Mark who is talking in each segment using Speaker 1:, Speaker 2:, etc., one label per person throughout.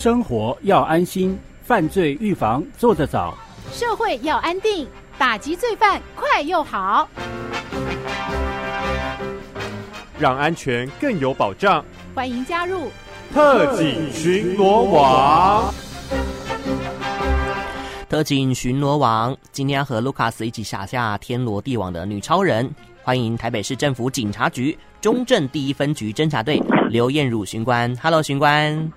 Speaker 1: 生活要安心，犯罪预防做得早。
Speaker 2: 社会要安定，打击罪犯快又好。
Speaker 3: 让安全更有保障。
Speaker 2: 欢迎加入
Speaker 3: 特警巡逻网。
Speaker 4: 特警巡逻王，今天要和卢卡斯一起撒下天罗地网的女超人，欢迎台北市政府警察局中正第一分局侦查队刘燕汝巡官。Hello，巡官。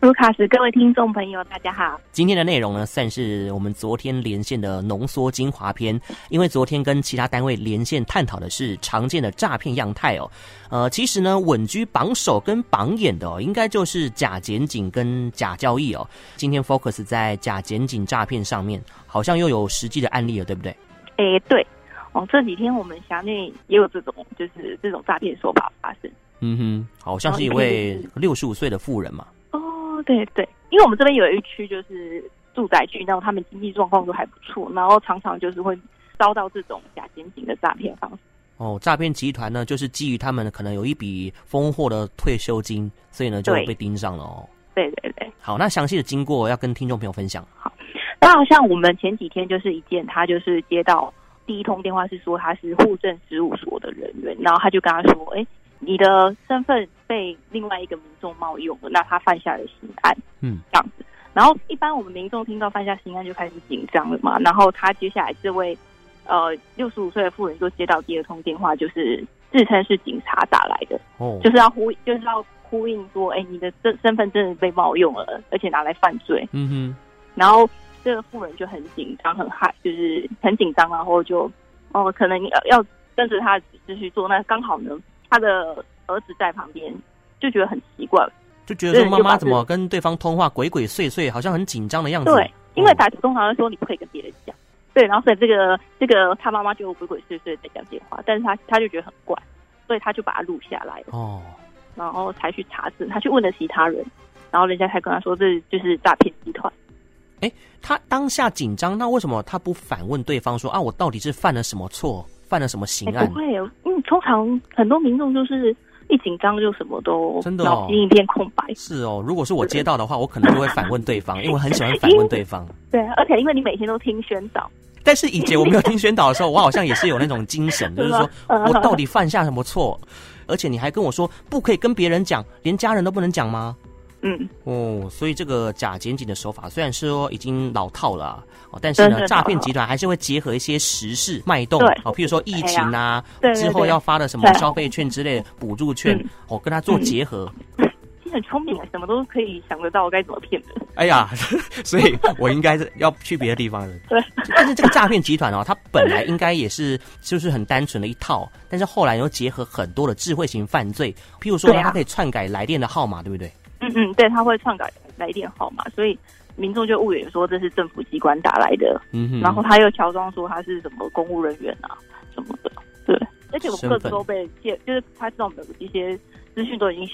Speaker 5: 卢卡斯，各位听众朋友，大家好。
Speaker 4: 今天的内容呢，算是我们昨天连线的浓缩精华篇，因为昨天跟其他单位连线探讨的是常见的诈骗样态哦。呃，其实呢，稳居榜首跟榜眼的哦，应该就是假检警跟假交易哦。今天 focus 在假检警诈骗上面，好像又有实际的案例了，对不对？
Speaker 5: 诶，对，哦，这几天我们辖内也有这种，就是这种诈骗手法发生。
Speaker 4: 嗯哼，好像是一位六十五岁的妇人嘛。
Speaker 5: 哦，对对，因为我们这边有一区就是住宅区，然后他们经济状况都还不错，然后常常就是会遭到这种假检警的诈骗方式。
Speaker 4: 哦，诈骗集团呢，就是基于他们可能有一笔丰厚的退休金，所以呢就
Speaker 5: 对
Speaker 4: 被盯上了哦。
Speaker 5: 对对对，
Speaker 4: 好，那详细的经过要跟听众朋友分享。
Speaker 5: 那好像我们前几天就是一件，他就是接到第一通电话是说他是户政事务所的人员，然后他就跟他说：“哎，你的身份被另外一个民众冒用了，那他犯下了刑案。”
Speaker 4: 嗯，
Speaker 5: 这样子。然后一般我们民众听到犯下刑案就开始紧张了嘛。然后他接下来这位呃六十五岁的妇人就接到第二通电话，就是自称是警察打来的，
Speaker 4: 哦，
Speaker 5: 就是要呼就是要呼应说，哎，你的身身份证被冒用了，而且拿来犯罪。
Speaker 4: 嗯哼，
Speaker 5: 然后这个妇人就很紧张，很害，就是很紧张，然后就哦，可能要要跟着他的指示去做。那刚好呢，他的儿子在旁边，就觉得很奇怪，
Speaker 4: 就觉得说
Speaker 5: 对
Speaker 4: 妈妈
Speaker 5: 就把
Speaker 4: 怎么跟对方通话鬼鬼祟祟，好像很紧张的样子。
Speaker 5: 对，因为
Speaker 4: 哦
Speaker 5: 歹徒通常会说你不可以跟别人讲，对，然后所以这个这个他妈妈就鬼鬼祟祟地在讲电话，但是他他就觉得很怪，所以他就把它录下来了，
Speaker 4: 哦，
Speaker 5: 然后才去查证，他去问了其他人，然后人家才跟他说这就是诈骗集团。
Speaker 4: 他当下紧张，那为什么他不反问对方说啊，我到底是犯了什么错，犯了什么刑
Speaker 5: 哎、
Speaker 4: 案
Speaker 5: 不？会，嗯，通常很多民众就是一紧张就什么都
Speaker 4: 真的哦
Speaker 5: 脑筋一片空白，
Speaker 4: 是哦，如果是我接到的话，我可能就会反问对方，因为我很喜欢反问对方。
Speaker 5: 对啊，而且因为你每天都听宣导，
Speaker 4: 但是以前我没有听宣导的时候，我好像也是有那种精神，就是 说
Speaker 5: 嗯
Speaker 4: 我到底犯下什么错，而且你还跟我说不可以跟别人讲，连家人都不能讲吗？
Speaker 5: 嗯，
Speaker 4: 哦，所以这个假检警的手法虽然说已经老套了啊、哦，但是
Speaker 5: 真
Speaker 4: 呢，
Speaker 5: 的
Speaker 4: 诈骗集团还是会结合一些时事脉动，
Speaker 5: 对
Speaker 4: 哦，譬如说疫情啊，
Speaker 5: 对对
Speaker 4: 之后
Speaker 5: 对
Speaker 4: 要发的什么
Speaker 5: 对
Speaker 4: 消费券之类的补助券，
Speaker 5: 嗯
Speaker 4: 哦，跟它做结合。
Speaker 5: 你很聪明啊，什么都可以想得到该怎么骗人。
Speaker 4: 哎呀， 所以我应该是要去别的地方了。
Speaker 5: 对，
Speaker 4: 但是这个诈骗集团哦，它本来应该也是就是很单纯的一套，但是后来又结合很多的智慧型犯罪，譬如说呢
Speaker 5: 对啊
Speaker 4: 它可以篡改来电的号码，对不对？
Speaker 5: 嗯嗯，对，他会篡改来电号码，所以民众就误以为说这是政府机关打来的，
Speaker 4: 嗯哼。
Speaker 5: 然后他又乔装说他是什么公务人员啊什么的，对。而且我们
Speaker 4: 身
Speaker 5: 各
Speaker 4: 份
Speaker 5: 自都被泄，就是他知道我们有一些资讯都已经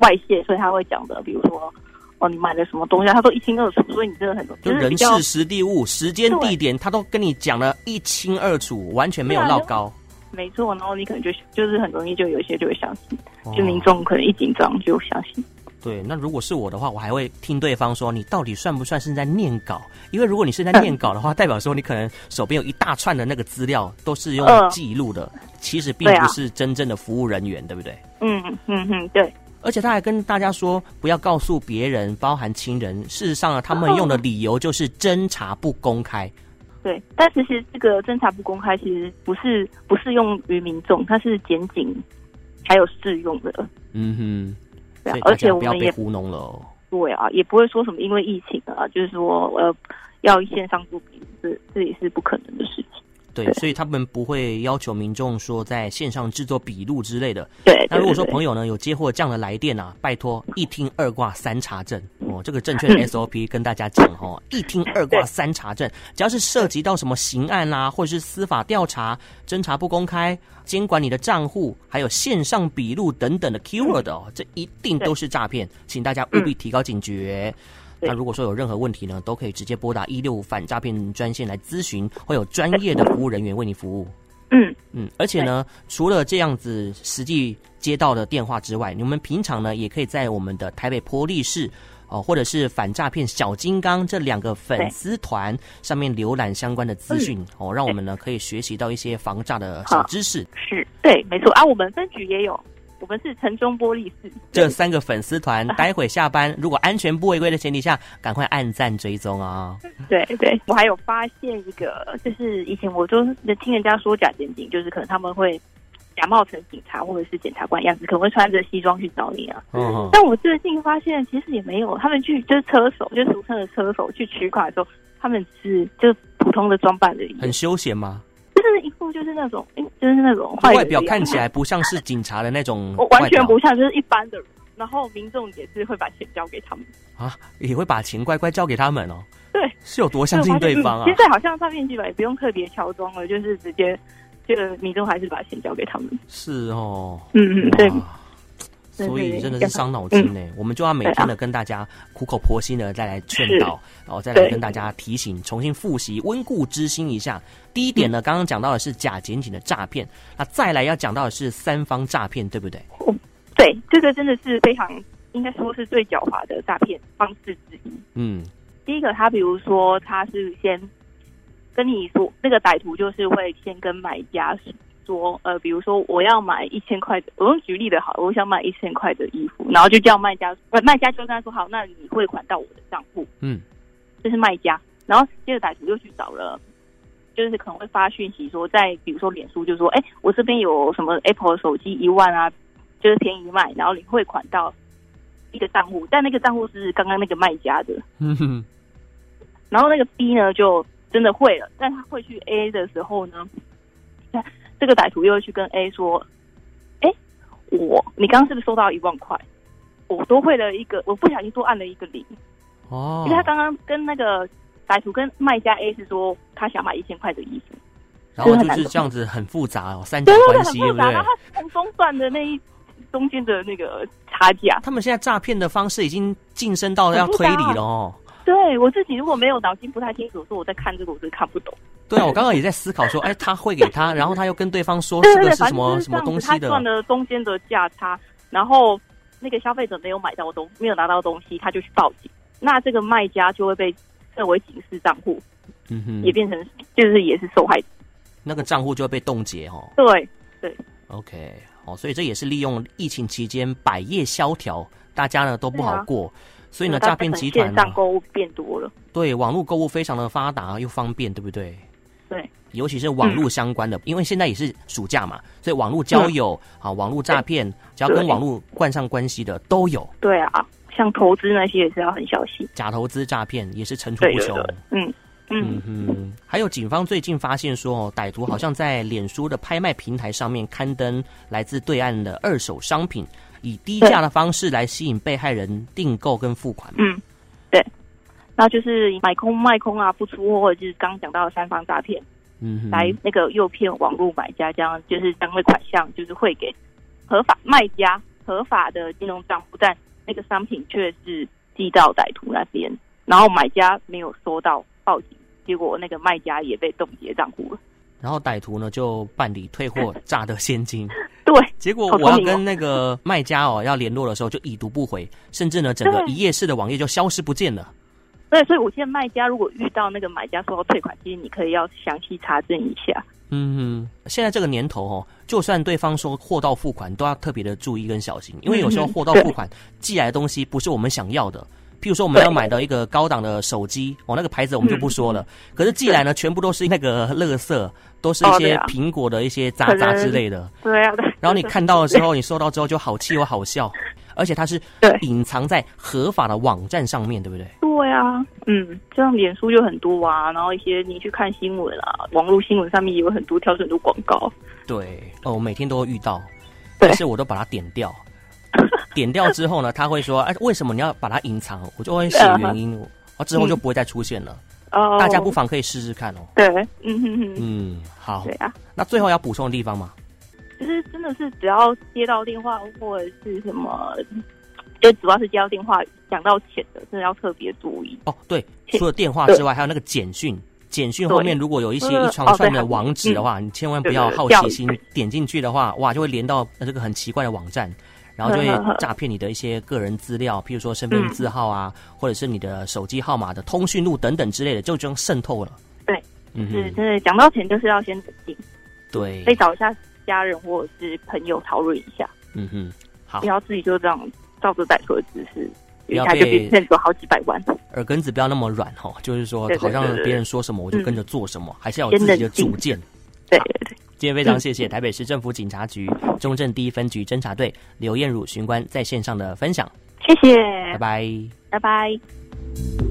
Speaker 5: 外泄，所以他会讲的，比如说哦，你买了什么东西啊，他都一清二楚，所以你真的很
Speaker 4: 就
Speaker 5: 就是比
Speaker 4: 人
Speaker 5: 较
Speaker 4: 事、实地、物、时间、
Speaker 5: 对
Speaker 4: 地点，他都跟你讲了一清二楚，完全没有
Speaker 5: 对啊
Speaker 4: 落
Speaker 5: 就
Speaker 4: 高。
Speaker 5: 没错，然后你可能就就是很容易就有一些就会相信，就
Speaker 4: 哦
Speaker 5: 民众可能一紧张就相信。
Speaker 4: 对，那如果是我的话，我还会听对方说你到底算不算是在念稿？因为如果你是在念稿的 话，代表说你可能手边有一大串的那个资料都是用
Speaker 5: 嗯
Speaker 4: 记录的，其实并
Speaker 5: 对啊
Speaker 4: 不是真正的服务人员，对不对？
Speaker 5: 嗯嗯嗯，对，
Speaker 4: 而且他还跟大家说不要告诉别人，包含亲人。事实上呢，啊他们
Speaker 5: 嗯
Speaker 4: 用的理由就是侦查不公开。
Speaker 5: 对，但其实这个侦查不公开，其实不是不适用于民众，它是检警还有适用的，
Speaker 4: 嗯哼，所
Speaker 5: 对、啊
Speaker 4: 以。大
Speaker 5: 而且
Speaker 4: 家
Speaker 5: 我
Speaker 4: 不要
Speaker 5: 们
Speaker 4: 被
Speaker 5: 也
Speaker 4: 糊弄了哦。
Speaker 5: 对啊，也不会说什么因为疫情啊，就是说呃要线上录屏，这这也是不可能的事情。
Speaker 4: 对，
Speaker 5: 对
Speaker 4: 所以他们不会要求民众说在线上制作笔录之类的。
Speaker 5: 对，
Speaker 4: 那如果说
Speaker 5: 友
Speaker 4: 朋友呢有接获这样的来电啊，拜托一听二挂三查证哦，这个正确的 SOP 跟大家讲哦，一听二挂三查证， 只要是涉及到什么刑案啦、或者是司法调查、侦查不公开、监管你的账户，还有线上笔录等等的 keyword 哦，这一定都是诈骗，请大家务必提高警觉。
Speaker 5: 对
Speaker 4: 那如果说有任何问题呢，都可以直接拨打一六五反诈骗专线来咨询，会有专业的服务人员为你服务。
Speaker 5: 嗯，
Speaker 4: 嗯，而且呢，除了这样子实际接到的电话之外，你们平常呢也可以在我们的台北坡立市哦，或者是反诈骗小金刚这两个粉
Speaker 5: 对
Speaker 4: 丝团上面浏览相关的资
Speaker 5: 嗯
Speaker 4: 讯哦，让我们呢可以学习到一些防诈的小
Speaker 5: 好
Speaker 4: 知识。
Speaker 5: 是对，没错啊，我们分局也有，我们是城中玻璃室，
Speaker 4: 这三个粉丝团，待会下班如果安全不违规的前提下，赶快按赞追踪 啊、
Speaker 5: 对对，我还有发现一个，就是以前我都是听人家说假检警，就是可能他们会假冒成警察或者是检察官样子，可能会穿着西装去找你啊。
Speaker 4: 嗯，
Speaker 5: 但我最近发现其实也没有，他们去就是车手，就是俗称的车手去取款的时候，他们只是就是普通的装扮而已，
Speaker 4: 很休闲嘛，
Speaker 5: 就是一副就是那种，诶就是那种坏人
Speaker 4: 外表
Speaker 5: 一样
Speaker 4: 看起来不像是警察的那种
Speaker 5: 哎我
Speaker 4: 外
Speaker 5: 完
Speaker 4: 表
Speaker 5: 全不像，就是一般的人。然后民众也是会把钱交给他们。
Speaker 4: 啊，也会把钱乖乖交给他们哦。
Speaker 5: 对，
Speaker 4: 是有多相信对方啊
Speaker 5: 所以我发现嗯？现在好像上面基本也不用特别乔装了，就是直接，这个民众还是把钱交给他们。
Speaker 4: 是哦，
Speaker 5: 嗯嗯，对，
Speaker 4: 哇
Speaker 5: 对
Speaker 4: 所以
Speaker 5: 对
Speaker 4: 真的是
Speaker 5: 要
Speaker 4: 伤脑筋呢、我们就要每
Speaker 5: 对啊
Speaker 4: 天的跟大家苦口婆心的再来劝
Speaker 5: 是
Speaker 4: 导，然后再来
Speaker 5: 对
Speaker 4: 跟大家提醒，重新复习，温故知新一下。第一点呢，刚刚讲到的是假检警的诈骗，那再来要讲到的是三方诈骗，对不对？
Speaker 5: 对，这个真的是非常，应该说是最狡猾的诈骗方式之一。
Speaker 4: 嗯，
Speaker 5: 第一个，他比如说他是先跟你说，那个歹徒就是会先跟买家说，呃，比如说我要买一千块呃的，我用举例的好了，我想买一千块的衣服，然后就叫卖家，呃，卖家就跟他说，好，那你汇款到我的账户，
Speaker 4: 嗯，
Speaker 5: 这是卖家，然后接着歹徒又去找了。就是可能会发讯息说，在比如说脸书就说，哎、我这边有什么 Apple 手机一万啊，就是便宜卖，然后你汇款到一个账户，但那个账户是刚刚那个卖家的，
Speaker 4: 哼哼，
Speaker 5: 然后那个 B 呢就真的会了，但他会去 A 的时候呢，那这个歹徒又去跟 A 说：“哎，我你刚刚是不是收到一万块？我多汇了一个，我不小心多按了一个零，
Speaker 4: 哦
Speaker 5: 因为他，刚刚跟那个歹徒跟卖家 A 是说他想买一千块的衣服，
Speaker 4: 然后
Speaker 5: 真的
Speaker 4: 就
Speaker 5: 很
Speaker 4: 是
Speaker 5: 难
Speaker 4: 这样子很复杂哦，三角
Speaker 5: 对对
Speaker 4: 关
Speaker 5: 对，很
Speaker 4: 系，对
Speaker 5: 复
Speaker 4: 不
Speaker 5: 杂。
Speaker 4: 对
Speaker 5: 然？后他从中断的那一中间的那个差价，
Speaker 4: 他们现在诈骗的方式已经晋升到要推理了哦。
Speaker 5: 对我自己如果没有脑筋不太清楚，说我在看这个，我真的看不懂。
Speaker 4: 对啊，我刚刚也在思考说，哎，他会给他，然后他又跟对方说
Speaker 5: 对
Speaker 4: 这个
Speaker 5: 对
Speaker 4: 哦
Speaker 5: 对，
Speaker 4: 是
Speaker 5: 反
Speaker 4: 什
Speaker 5: 正
Speaker 4: 么
Speaker 5: 就是
Speaker 4: 什
Speaker 5: 这
Speaker 4: 么
Speaker 5: 样
Speaker 4: 东
Speaker 5: 子，
Speaker 4: 西
Speaker 5: 他
Speaker 4: 的，
Speaker 5: 赚了中间的价差，然后那个消费者没有买到东，没有拿到东西，他就去报警，那这个卖家就会被设为警示账户，
Speaker 4: 嗯哼，
Speaker 5: 也变成就是也是受害者。
Speaker 4: 那个账户就会被冻结哦。
Speaker 5: 对
Speaker 4: OK，哦，所以这也是利用疫情期间百业萧条，大家呢都不好过，所
Speaker 5: 嗯
Speaker 4: 以呢，诈骗集团啊
Speaker 5: 线
Speaker 4: 呢
Speaker 5: 上购物变多了，
Speaker 4: 对网络购物非常的发达又方便，对不对？
Speaker 5: 对，
Speaker 4: 尤其是网络相关的，因为现在也是暑假嘛，所以网络交友、啊、网络诈骗，只要跟
Speaker 5: 对
Speaker 4: 网络冠上关系的都有，
Speaker 5: 对啊，像投资那些也是要很小心。
Speaker 4: 假投资诈骗也是层出
Speaker 5: 对
Speaker 4: 不
Speaker 5: 对
Speaker 4: 穷。
Speaker 5: 对，嗯嗯
Speaker 4: 嗯哼，还有警方最近发现说，哦，歹徒好像在脸书的拍卖平台上面刊登来自对岸的二手商品，以低价的方式来吸引被害人订购跟付款。
Speaker 5: 嗯，对。那就是买空卖空啊，不出货，或者就是刚讲到的三方诈骗，
Speaker 4: 嗯哼，
Speaker 5: 来那个诱骗网络买家，这样就是将那款项就是汇给合法卖家合法的金融账户，但那个商品却是寄到歹徒那边，然后买家没有收到报警，结果那个卖家也被冻结账户了。
Speaker 4: 然后歹徒呢就办理退货，诈得现 金。
Speaker 5: 对
Speaker 4: 结果
Speaker 5: 好
Speaker 4: 我
Speaker 5: 聪
Speaker 4: 要
Speaker 5: 明哦
Speaker 4: 跟那个卖家哦要联络的时候，就已读不回，甚至呢整个
Speaker 5: 对
Speaker 4: 一页式的网页就消失不见了。
Speaker 5: 对，所以我建议卖家如果遇到那个买家收到退款，其实你可以要详细查证一下。
Speaker 4: 嗯哼，现在这个年头哦，就算对方说货到付款，都要特别的注意跟小心，因为有时候
Speaker 5: 嗯
Speaker 4: 货到付款寄来的东西不是我们想要的。譬如说我们
Speaker 5: 对
Speaker 4: 要买的一个高档的手机，哦，那个牌子我们就不说
Speaker 5: 嗯
Speaker 4: 了。可是寄来呢，全部都是那个垃圾，都是一
Speaker 5: 哦对
Speaker 4: 些
Speaker 5: 啊
Speaker 4: 苹果的一些渣渣
Speaker 5: 可能
Speaker 4: 之类的。
Speaker 5: 对啊，对
Speaker 4: 然后你看到了之后，你收到之后就好气又好笑，而且它是
Speaker 5: 对
Speaker 4: 隐藏在合法的网站上面，对不对？
Speaker 5: 对啊，嗯，这样脸书就很多啊，然后一些你去看新闻啊，网络新闻上面也有很多挑选很多广告。
Speaker 4: 对，哦，我每天都会遇到，
Speaker 5: 对
Speaker 4: 但是我都把它点 掉。点掉之后呢，他会说：“哎、为什么你要把它隐藏？”我就会写原因，我、哦、之后就不会再出现了。
Speaker 5: 嗯哦，
Speaker 4: 大家不妨可以试试看哦。
Speaker 5: 对，嗯哼哼，
Speaker 4: 嗯，好
Speaker 5: 对，啊，
Speaker 4: 那最后要补充的地方嘛？
Speaker 5: 就是真的是只要接到电话或者是什么，就主要是接到电话讲到钱的，真的要特别注意。
Speaker 4: 哦，对，
Speaker 5: 是
Speaker 4: 除了电话之外，还有那个简讯。简讯后面如果有一些
Speaker 5: 对嗯
Speaker 4: 一长串的网址的话，你千万不要好奇心点进去的话，哇，就会连到这个很奇怪的网站，然后就
Speaker 5: 嗯
Speaker 4: 会诈骗你的一些个人资料，譬如说身份字号啊，或者是你的手机号码的通讯录等等之类的，就这样渗透了。
Speaker 5: 对，
Speaker 4: 嗯
Speaker 5: 是，哎
Speaker 4: 哼，
Speaker 5: 真的讲到钱就是要先冷静，
Speaker 4: 对
Speaker 5: 可以，找一下家人或者是朋友讨论一下，
Speaker 4: 嗯哼，好
Speaker 5: 不，要自己就这样照着歹徒的指示，
Speaker 4: 不
Speaker 5: 一
Speaker 4: 要
Speaker 5: 下就
Speaker 4: 被
Speaker 5: 被骗走好几百万。
Speaker 4: 耳根子不要那么软哈、哦，就是说
Speaker 5: 对对
Speaker 4: 好像
Speaker 5: 对对
Speaker 4: 别人说什么我就
Speaker 5: 嗯
Speaker 4: 跟着做什么，还是要有
Speaker 5: 真
Speaker 4: 自
Speaker 5: 的
Speaker 4: 己的
Speaker 5: 是
Speaker 4: 主见。
Speaker 5: 对对对，
Speaker 4: 今天非常谢谢台北市政府警察局中正第一分局侦查队
Speaker 5: 哎
Speaker 4: 刘燕汝巡官在线上的分享，
Speaker 5: 谢谢，
Speaker 4: 拜拜。
Speaker 5: 拜拜